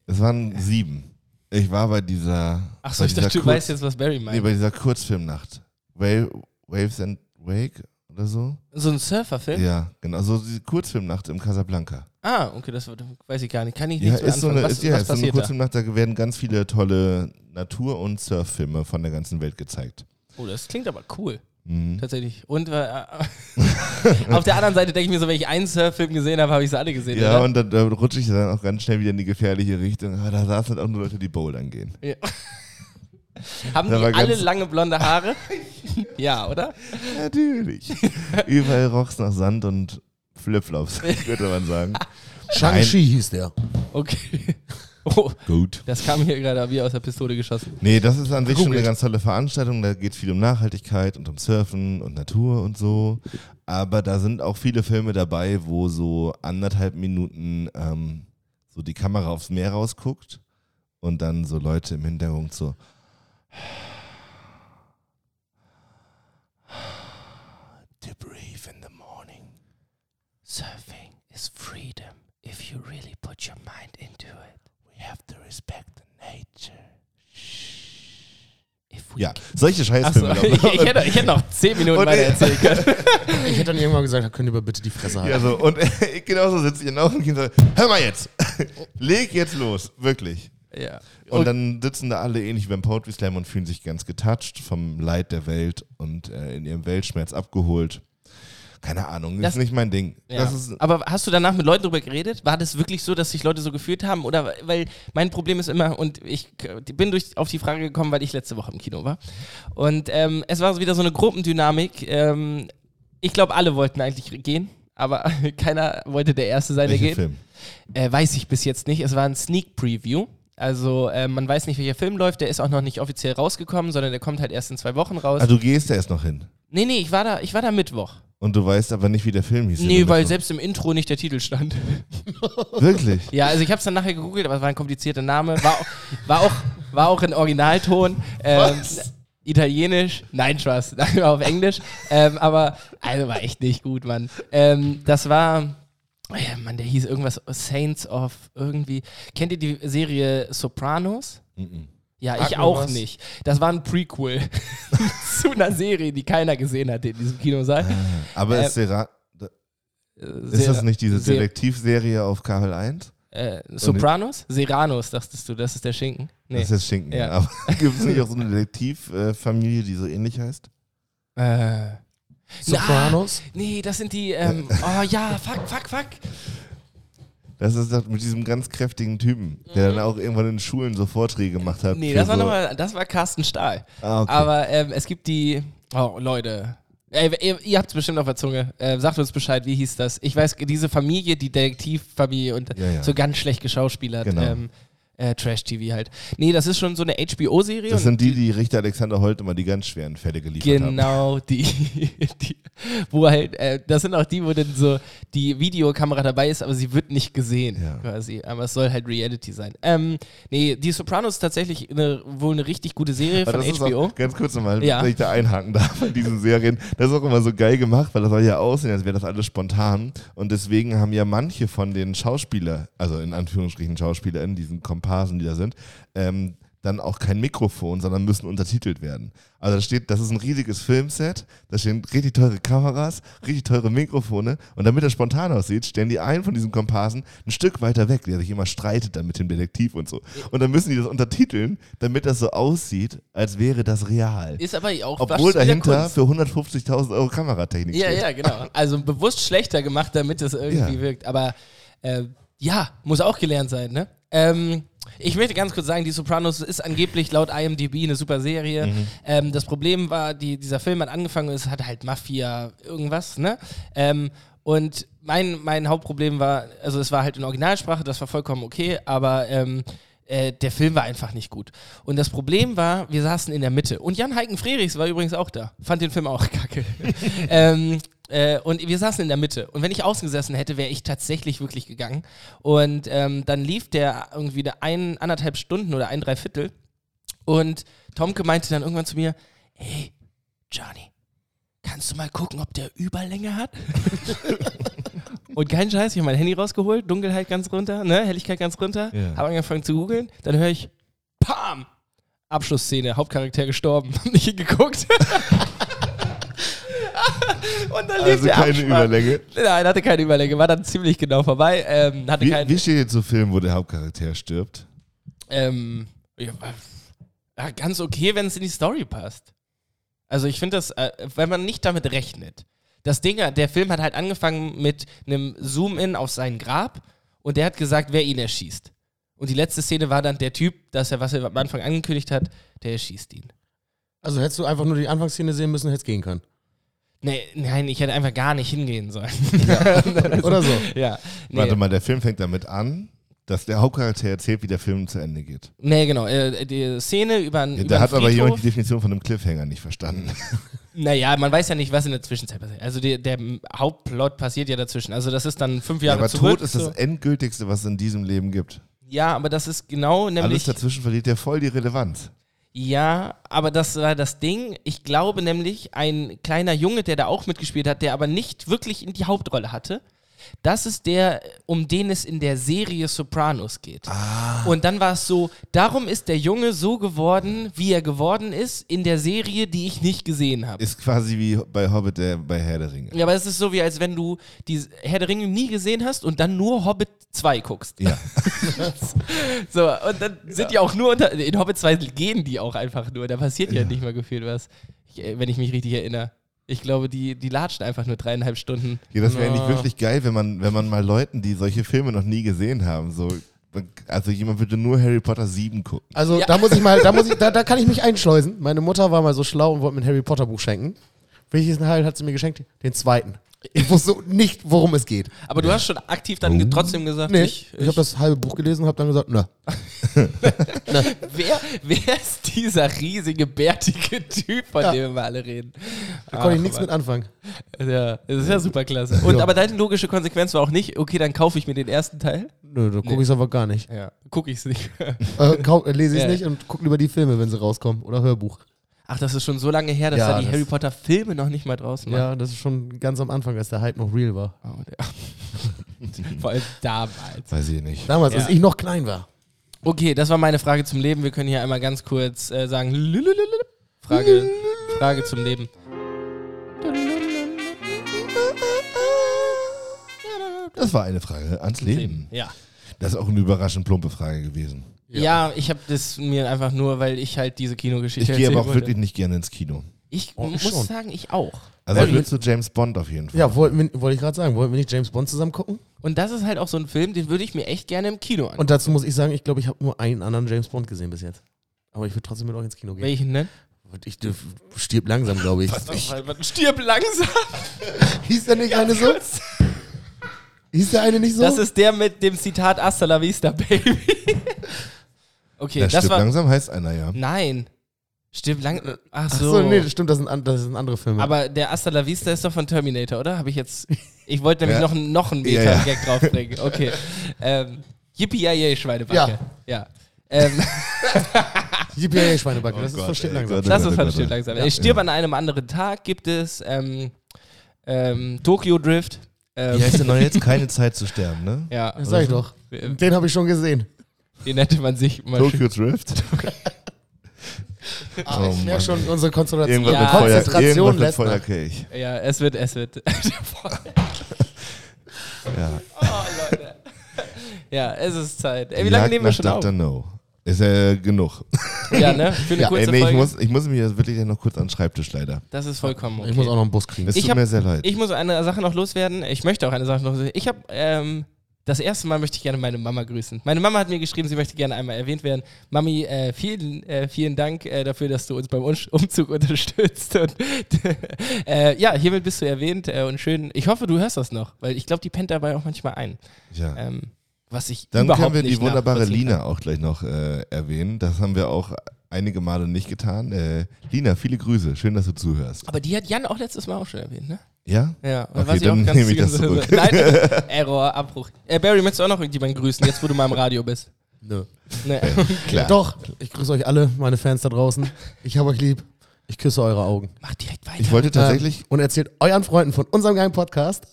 Speaker 4: Es waren sieben. Ich war bei dieser.
Speaker 1: ach
Speaker 4: bei
Speaker 1: so, ich
Speaker 4: dieser
Speaker 1: dachte, du
Speaker 4: Kurz-
Speaker 1: weißt jetzt, was Barry meint.
Speaker 4: Nee, bei dieser Kurzfilmnacht. Wa- Waves and Wake oder so?
Speaker 1: so ein Surferfilm?
Speaker 4: Ja, genau. So diese Kurzfilmnacht im Casablanca.
Speaker 1: Ah, okay, das wird- weiß ich gar nicht. Kann ich
Speaker 4: Ja,
Speaker 1: nicht
Speaker 4: ist so eine,
Speaker 1: was,
Speaker 4: ist, ja,
Speaker 1: was
Speaker 4: ist so eine
Speaker 1: passiert da?
Speaker 4: Kurzfilmnacht, da werden ganz viele tolle Natur- und Surffilme von der ganzen Welt gezeigt.
Speaker 1: Oh, das klingt aber cool.
Speaker 4: Mhm.
Speaker 1: Tatsächlich. Und äh, auf der anderen Seite denke ich mir so, wenn ich einen Surffilm gesehen habe, habe ich sie alle gesehen.
Speaker 4: Ja,
Speaker 1: oder?
Speaker 4: und dann, dann rutsche ich dann auch ganz schnell wieder in die gefährliche Richtung. Ah, Da saßen halt auch nur Leute, die bouldern gehen.
Speaker 1: Haben die
Speaker 4: da war
Speaker 1: alle
Speaker 4: ganz-
Speaker 1: lange blonde Haare? ja, oder?
Speaker 4: Natürlich. Überall roch's nach Sand und Flipflops, würde man sagen.
Speaker 5: Shang-Chi hieß der.
Speaker 1: Okay. Oh,
Speaker 4: Gut.
Speaker 1: das kam hier gerade wie aus der Pistole geschossen.
Speaker 4: Nee, das ist an sich schon eine
Speaker 5: Googelt.
Speaker 4: ganz tolle Veranstaltung. Da geht viel um Nachhaltigkeit und um Surfen und Natur und so. Aber da sind auch viele Filme dabei, wo so anderthalb Minuten ähm, so die Kamera aufs Meer rausguckt und dann so Leute im Hintergrund so. Debrief in the morning.
Speaker 1: Surfing is freedom if you really put your mind into it. We have to respect the nature. If we
Speaker 4: Ja, solche
Speaker 1: Achso,
Speaker 4: Scheißfilme.
Speaker 1: ich, ich, hätte, ich hätte noch 10 Minuten
Speaker 4: Und-
Speaker 1: weiter erzählen können.
Speaker 5: Ich hätte dann irgendwann gesagt, könnt ihr aber bitte die Fresse halten.
Speaker 4: Ja, so. Und ich genauso sitze ich dann auch und sage, hör mal jetzt, leg jetzt los, wirklich.
Speaker 1: ja.
Speaker 4: Und dann sitzen da alle ähnlich wie beim Poetry Slam und fühlen sich ganz getatscht vom Leid der Welt und äh, in ihrem Weltschmerz abgeholt. Keine Ahnung,
Speaker 1: Das-
Speaker 4: ist nicht mein Ding.
Speaker 1: Ja.
Speaker 4: Das ist,
Speaker 1: Aber hast du danach mit Leuten drüber geredet? War das wirklich so, dass sich Leute so gefühlt haben? Oder weil mein Problem ist immer, und ich k- bin durch, auf die Frage gekommen, weil ich letzte Woche im Kino war. Und ähm, es war so wieder so eine Gruppendynamik. Ähm, ich glaube, alle wollten eigentlich gehen, aber keiner wollte der Erste sein, der
Speaker 4: welcher
Speaker 1: geht.
Speaker 4: Film?
Speaker 1: Äh, weiß ich bis jetzt nicht. Es war ein Sneak Preview. Also äh, man weiß nicht, welcher Film läuft. Der ist auch noch nicht offiziell rausgekommen, sondern der kommt halt erst in zwei Wochen raus.
Speaker 4: Ah, du gehst da erst noch hin.
Speaker 1: nee, nee, ich war da, ich war da Mittwoch.
Speaker 4: Und du weißt aber nicht, wie der Film hieß. den
Speaker 1: Nee,
Speaker 4: du
Speaker 1: weil
Speaker 4: mitbekommst.
Speaker 1: selbst im Intro nicht der Titel stand.
Speaker 4: Wirklich?
Speaker 1: Ja, also ich habe es dann nachher gegoogelt, aber es war ein komplizierter Name. War auch, war auch, war auch in Originalton. Ähm, Italienisch, nein, Spaß, nein, war auf Englisch. Ähm, aber, also war echt nicht gut, Mann. Ähm, das war, oh ja, Mann, der hieß irgendwas oh, Saints of irgendwie. Kennt ihr die Serie Sopranos? Ja,
Speaker 5: Sag
Speaker 1: ich
Speaker 5: mir
Speaker 1: auch
Speaker 5: was.
Speaker 1: nicht. Das war ein Prequel zu einer Serie, die keiner gesehen hatte in diesem Kinosaal.
Speaker 4: Aber
Speaker 1: Äh,
Speaker 4: ist, Sera-
Speaker 1: Äh,
Speaker 4: ist das
Speaker 1: Ser-
Speaker 4: nicht diese
Speaker 1: Ser-
Speaker 4: Detektivserie auf Kabel 1?
Speaker 1: Äh, Sopranos? Seranos, dachtest du, das ist der Schinken. Nee.
Speaker 4: Das ist jetzt Schinken.
Speaker 1: Ja.
Speaker 4: Ja. Aber gibt es nicht auch so eine Detektivfamilie, die so ähnlich heißt?
Speaker 1: äh,
Speaker 5: Sopranos.
Speaker 1: Nee, das sind die. Ähm, oh ja, fuck, fuck, fuck.
Speaker 4: Das ist das mit diesem ganz kräftigen Typen, der dann auch irgendwann in Schulen so Vorträge gemacht hat.
Speaker 1: Mhm. Nee,
Speaker 4: für
Speaker 1: das war,
Speaker 4: so-
Speaker 1: nochmal, das war Carsten Stahl.
Speaker 4: Ah, okay.
Speaker 1: Aber ähm, es gibt die. Oh, Leute. Ey, ihr ihr habt es bestimmt auf der Zunge. Äh, sagt uns Bescheid, wie hieß das? Ich weiß, diese Familie, die Detektivfamilie und
Speaker 4: Ja, ja.
Speaker 1: so ganz schlecht geschauspielert.
Speaker 4: Genau.
Speaker 1: Ähm, äh, Trash-TV halt. Nee, das ist schon so eine HBO-Serie.
Speaker 4: Das
Speaker 1: und
Speaker 4: sind die, die Richter Alexander Holt immer die ganz schweren Fälle geliefert haben.
Speaker 1: Genau, die, die wo halt, äh, das sind auch die, wo dann so die Videokamera dabei ist, aber sie wird nicht gesehen
Speaker 4: Ja.
Speaker 1: quasi. Aber es soll halt Reality sein. Ähm, nee, die Sopranos ist tatsächlich eine, wohl eine richtig gute Serie
Speaker 4: Aber das
Speaker 1: von
Speaker 4: ist
Speaker 1: HBO.
Speaker 4: Auch, ganz kurz nochmal,
Speaker 1: Ja.
Speaker 4: wenn ich da einhaken darf bei diesen Serien. Das ist auch immer so geil gemacht, weil das soll ja aussehen, als wäre das alles spontan. Und deswegen haben ja manche von den Schauspieler, also in Anführungsstrichen SchauspielerInnen, diesen Komparsen, die da sind, ähm, dann auch kein Mikrofon, sondern müssen untertitelt werden. Also da steht, das ist ein riesiges Filmset, da stehen richtig teure Kameras, richtig teure Mikrofone und damit das spontan aussieht, stellen die einen von diesen Komparsen ein Stück weiter weg, der sich immer streitet dann mit dem Detektiv und so. Und dann müssen die das untertiteln, damit das so aussieht, als wäre das real.
Speaker 1: Ist aber auch
Speaker 4: Obwohl
Speaker 1: fast wieder
Speaker 4: dahinter
Speaker 1: Kunst.
Speaker 4: für 150.000 Euro Kameratechnik
Speaker 1: Ja,
Speaker 4: steht.
Speaker 1: ja, genau. Also bewusst schlechter gemacht, damit es irgendwie
Speaker 4: Ja.
Speaker 1: wirkt. Aber äh, ja, muss auch gelernt sein, ne? Ähm, ich möchte ganz kurz sagen, die Sopranos ist angeblich laut IMDb eine super Serie. Ähm, das Problem war, die, dieser Film hat angefangen und es hat halt Mafia irgendwas, ne? Ähm, und mein, mein Hauptproblem war, also es war halt in Originalsprache, das war vollkommen okay, aber ähm, äh, der Film war einfach nicht gut. Und das Problem war, wir saßen in der Mitte. Und Jan Heiken Frerichs war übrigens auch da. Fand den Film auch kacke. ähm, äh, und wir saßen in der Mitte. Und wenn ich außen gesessen hätte, wäre ich tatsächlich wirklich gegangen. Und ähm, dann lief der irgendwie der ein, anderthalb Stunden oder ein Dreiviertel. Und Tomke meinte dann irgendwann zu mir, hey, Johnny, kannst du mal gucken, ob der Überlänge hat? Und kein Scheiß, ich habe mein Handy rausgeholt, Dunkelheit ganz runter, ne, Helligkeit ganz runter,
Speaker 4: Ja.
Speaker 1: habe angefangen zu googeln, dann höre ich, Pam! Abschlussszene, Hauptcharakter gestorben. Hab Nicht hingeguckt. Und dann lief
Speaker 4: Also
Speaker 1: der
Speaker 4: keine
Speaker 1: Abspann.
Speaker 4: Überlänge.
Speaker 1: Nein, hatte keine Überlänge, war dann ziemlich genau vorbei. Ähm, hatte
Speaker 4: Wie,
Speaker 1: keinen.
Speaker 4: wie steht jetzt so Film, wo der Hauptcharakter stirbt?
Speaker 1: Ähm, ja, äh, ganz okay, wenn es in die Story passt. Also ich finde das, äh, wenn man nicht damit rechnet. Das Ding, der Film hat halt angefangen mit einem Zoom-In auf sein Grab und der hat gesagt, wer ihn erschießt. Und die letzte Szene war dann der Typ, dass er, was er am Anfang angekündigt hat, der erschießt ihn.
Speaker 5: Also hättest du einfach nur die Anfangsszene sehen müssen, hättest gehen können.
Speaker 1: Nee, nein, ich hätte einfach gar nicht hingehen sollen.
Speaker 5: Oder so.
Speaker 1: ja. Nee.
Speaker 4: Warte mal, der Film fängt damit an, dass der Hauptcharakter erzählt, wie der Film zu Ende geht.
Speaker 1: Nee, genau. Äh, die Szene über einen.
Speaker 4: Ja,
Speaker 1: über
Speaker 4: da
Speaker 1: einen
Speaker 4: hat aber
Speaker 1: Friedhof.
Speaker 4: jemand die Definition von einem Cliffhanger nicht verstanden.
Speaker 1: Naja, man weiß ja nicht, was in der Zwischenzeit passiert. Also die, der Hauptplot passiert ja dazwischen. Also das ist dann fünf Jahre
Speaker 4: aber
Speaker 1: zurück.
Speaker 4: Tod ist
Speaker 1: so.
Speaker 4: das Endgültigste, was es in diesem Leben gibt.
Speaker 1: ja, aber das ist genau
Speaker 4: Alles
Speaker 1: nämlich.
Speaker 4: dazwischen verliert ja voll die Relevanz.
Speaker 1: Ja, aber das war das Ding. Ich glaube nämlich, ein kleiner Junge, der da auch mitgespielt hat, der aber nicht wirklich in die Hauptrolle hatte, das ist der, um den es in der Serie Sopranos geht. Und dann war es so, darum ist der Junge so geworden, wie er geworden ist, in der Serie, die ich nicht gesehen habe.
Speaker 4: Ist quasi wie bei Hobbit, der bei Herr der Ringe.
Speaker 1: Ja, aber es ist so, wie als wenn du die Herr der Ringe nie gesehen hast und dann nur Hobbit 2 guckst.
Speaker 4: Ja.
Speaker 1: So, und dann sind die auch nur unter. In Hobbit 2 gehen die auch einfach nur. Da passiert ja, nicht mal gefühlt was. Ich, äh, wenn ich mich richtig erinnere. Ich glaube, die, die latschen einfach nur dreieinhalb Stunden.
Speaker 4: ja das wäre eigentlich wirklich geil, wenn man, wenn man mal Leuten, die solche Filme noch nie gesehen haben, so. Also jemand würde nur Harry Potter 7 gucken.
Speaker 5: Also
Speaker 1: Ja.
Speaker 5: da muss ich mal, da muss ich, da, da kann ich mich einschleusen. Meine Mutter war mal so schlau und wollte mir ein Harry Potter Buch schenken. Welches Teil hat sie mir geschenkt? Den zweiten. Ich wusste nicht, worum es geht.
Speaker 1: Aber du hast schon aktiv dann ge- trotzdem gesagt,
Speaker 5: Oh. Nee, ich,
Speaker 1: ich,
Speaker 5: habe das halbe Buch gelesen und habe dann gesagt, na.
Speaker 1: wer, wer ist dieser riesige, bärtige Typ, von
Speaker 5: Ja.
Speaker 1: dem wir alle reden?
Speaker 5: Da konnte ich
Speaker 1: Ach,
Speaker 5: nichts
Speaker 1: Mann.
Speaker 5: mit anfangen.
Speaker 1: Ja, das ist ja super klasse. Und
Speaker 5: Ja.
Speaker 1: aber deine logische Konsequenz war auch nicht, okay, dann kaufe ich mir den ersten Teil.
Speaker 5: Nö, da gucke
Speaker 1: Nee.
Speaker 5: ich es einfach gar nicht.
Speaker 1: Ja. Gucke ich es nicht.
Speaker 5: Äh, kau- äh, lese ich
Speaker 1: Ja.
Speaker 5: nicht und gucke lieber die Filme, wenn sie rauskommen. Oder Hörbuch.
Speaker 1: Ach, das ist schon so lange her, dass
Speaker 5: Ja,
Speaker 1: da die
Speaker 5: das-
Speaker 1: Harry Potter Filme noch nicht mal draußen waren.
Speaker 5: Ja, das ist schon ganz am Anfang, als der Hype noch real war.
Speaker 1: Oh, der. Vor allem damals.
Speaker 4: Weiß ich nicht.
Speaker 5: Damals,
Speaker 1: Ja.
Speaker 5: als ich noch klein war.
Speaker 1: Okay, das war meine Frage zum Leben. Wir können hier einmal ganz kurz äh, sagen. lulululul. Frage, Frage zum Leben.
Speaker 4: Das war eine Frage ans Leben.
Speaker 1: Ja.
Speaker 4: Das ist auch eine überraschend plumpe Frage gewesen.
Speaker 1: Ja, ich habe das mir einfach nur, weil ich halt diese
Speaker 4: Ich
Speaker 1: Kinogeschichte
Speaker 4: gehe aber
Speaker 1: erzählen
Speaker 4: auch
Speaker 1: wollte.
Speaker 4: wirklich nicht gerne ins Kino.
Speaker 1: Ich
Speaker 5: Oh,
Speaker 1: muss
Speaker 5: ich schon.
Speaker 1: sagen, ich auch.
Speaker 4: Also ich
Speaker 1: Weil-
Speaker 4: würde zu James Bond auf jeden Fall.
Speaker 5: Ja, wollten wir- wollte ich gerade sagen, wollten wir nicht James Bond zusammen gucken?
Speaker 1: Und das ist halt auch so ein Film, den würde ich mir echt gerne im Kino angucken.
Speaker 5: Und dazu muss ich sagen, ich glaube, ich habe nur einen anderen James Bond gesehen bis jetzt. Aber ich würde trotzdem mit euch ins Kino gehen.
Speaker 1: Welchen denn?
Speaker 5: Und Ich dürf, stirb langsam, glaube ich.
Speaker 1: Stirb langsam!
Speaker 5: Hieß der nicht eine so? Hieß der eine nicht so?
Speaker 1: Das ist der mit dem Zitat Hasta la vista, Baby. Okay,
Speaker 4: das
Speaker 1: das
Speaker 4: stirbt
Speaker 1: war. Ähm.
Speaker 4: langsam heißt einer, ja.
Speaker 1: Nein. Stirb lang. Ach
Speaker 5: Ach
Speaker 1: so.
Speaker 5: so, nee, das stimmt, das sind, an- das sind andere Filme.
Speaker 1: Aber der Asta La Vista ist doch von Terminator, oder? Habe ich jetzt. Ich wollte nämlich
Speaker 4: Ja.
Speaker 1: noch, einen- noch einen
Speaker 4: Ja,
Speaker 1: Meta-Gag
Speaker 4: ja.
Speaker 1: draufbringen. Okay. Ähm, yippie yay Schweinebacke. Ja. Ähm,
Speaker 5: Yippie, Schweinebacke,
Speaker 4: Oh
Speaker 5: das ist
Speaker 4: Gott,
Speaker 5: von stirb
Speaker 4: ey,
Speaker 5: langsam.
Speaker 4: Gott,
Speaker 1: das
Speaker 4: Gott,
Speaker 1: ist von
Speaker 4: Gott,
Speaker 1: Stirb
Speaker 4: Gott.
Speaker 1: langsam. Ich stirb an einem anderen Tag gibt es ähm, ähm, Tokyo Drift. Ähm,
Speaker 4: Wie heißt der neue jetzt? Keine Zeit zu sterben, ne?
Speaker 1: Ja,
Speaker 5: Das sag ich doch.
Speaker 1: Ähm,
Speaker 5: Den habe ich schon gesehen.
Speaker 1: den hätte man sich mal schön-
Speaker 4: Tokyo Drift?
Speaker 5: Ah, ich
Speaker 4: Oh
Speaker 5: merke
Speaker 4: Mann.
Speaker 5: schon unsere Konzentration.
Speaker 4: Irgendwas
Speaker 1: Ja.
Speaker 4: mit Feuer,
Speaker 5: Konzentration
Speaker 4: irgendwas mit
Speaker 1: ne?
Speaker 5: lässt nach.
Speaker 4: Feuerkelch.
Speaker 1: Ja, es wird, es wird.
Speaker 4: Ja.
Speaker 1: Oh, ja, es ist Zeit. Ey, wie lange
Speaker 4: Jagd
Speaker 1: nehmen wir
Speaker 4: nach
Speaker 1: schon
Speaker 4: Dr.
Speaker 1: auf?
Speaker 4: No. Ist ja genug.
Speaker 1: Ja, ne? Für eine
Speaker 5: Ja,
Speaker 1: kurze
Speaker 4: Ey, nee, ich,
Speaker 1: Folge.
Speaker 4: muss, ich muss mich jetzt wirklich noch kurz an den Schreibtisch leider.
Speaker 1: das ist vollkommen okay.
Speaker 5: Ich muss auch noch einen Bus kriegen.
Speaker 4: Es
Speaker 1: Ich
Speaker 4: tut
Speaker 1: hab-
Speaker 4: mir sehr leid.
Speaker 1: Ich muss eine Sache noch loswerden. Ich möchte auch eine Sache noch loswerden. Ich habe ähm, das erste Mal möchte ich gerne meine Mama grüßen. Meine Mama hat mir geschrieben, sie möchte gerne einmal erwähnt werden. Mami, äh, vielen, äh, vielen Dank äh, dafür, dass du uns beim Un- Umzug unterstützt. Und, äh, ja, hiermit bist du erwähnt äh, und schön. Ich hoffe, du hörst das noch, weil ich glaube, die pennt dabei auch manchmal ein.
Speaker 4: ja.
Speaker 1: Ähm, was ich
Speaker 4: Dann
Speaker 1: überhaupt
Speaker 4: können wir
Speaker 1: nicht
Speaker 4: die wunderbare
Speaker 1: nachvollziehen
Speaker 4: Lina auch gleich noch äh, erwähnen. Das haben wir auch einige Male nicht getan. Äh, Lina, viele Grüße. Schön, dass du zuhörst.
Speaker 1: kann. Aber die hat Jan auch letztes Mal auch schon erwähnt, ne?
Speaker 4: Ja?
Speaker 1: Ja, und
Speaker 4: Okay,
Speaker 1: was ich auch
Speaker 4: dann
Speaker 1: ganz
Speaker 4: nehme ich das zurück.
Speaker 1: Nein, Error, Abbruch. Äh, Barry, möchtest du auch noch irgendjemanden grüßen, jetzt wo du mal im Radio bist?
Speaker 5: Nö.
Speaker 1: Ne.
Speaker 4: Klar.
Speaker 5: Doch, ich grüße euch alle, meine Fans da draußen. Ich habe euch lieb. Ich küsse eure Augen.
Speaker 1: Mach direkt weiter.
Speaker 4: Ich wollte tatsächlich,
Speaker 5: Ähm, und erzählt euren Freunden von unserem geilen Podcast.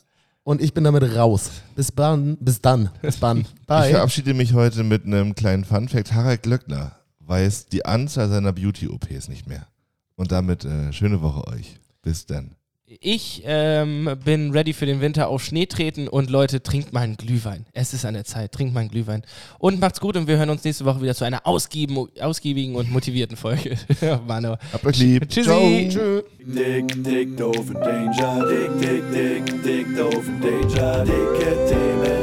Speaker 5: Und ich bin damit raus. Bis dann. Bis dann. Bis dann.
Speaker 4: ich
Speaker 5: Bye.
Speaker 4: verabschiede mich heute mit einem kleinen Funfact. Harald Glöckner weiß die Anzahl seiner Beauty-OPs nicht mehr. Und damit äh, schöne Woche euch. Bis dann.
Speaker 1: Ich ähm, bin ready für den Winter auf Schnee treten und Leute, trinkt mal einen Glühwein. Es ist an der Zeit, trinkt mal einen Glühwein. Und macht's gut und wir hören uns nächste Woche wieder zu einer ausgieben, ausgiebigen und motivierten Folge. Mano.
Speaker 4: Habt euch lieb.
Speaker 1: Tschüssi.
Speaker 4: Tschüss.
Speaker 2: Dick, dick, doof and danger. Dick, dick, dick, dick, doof and danger. Dicke Themen.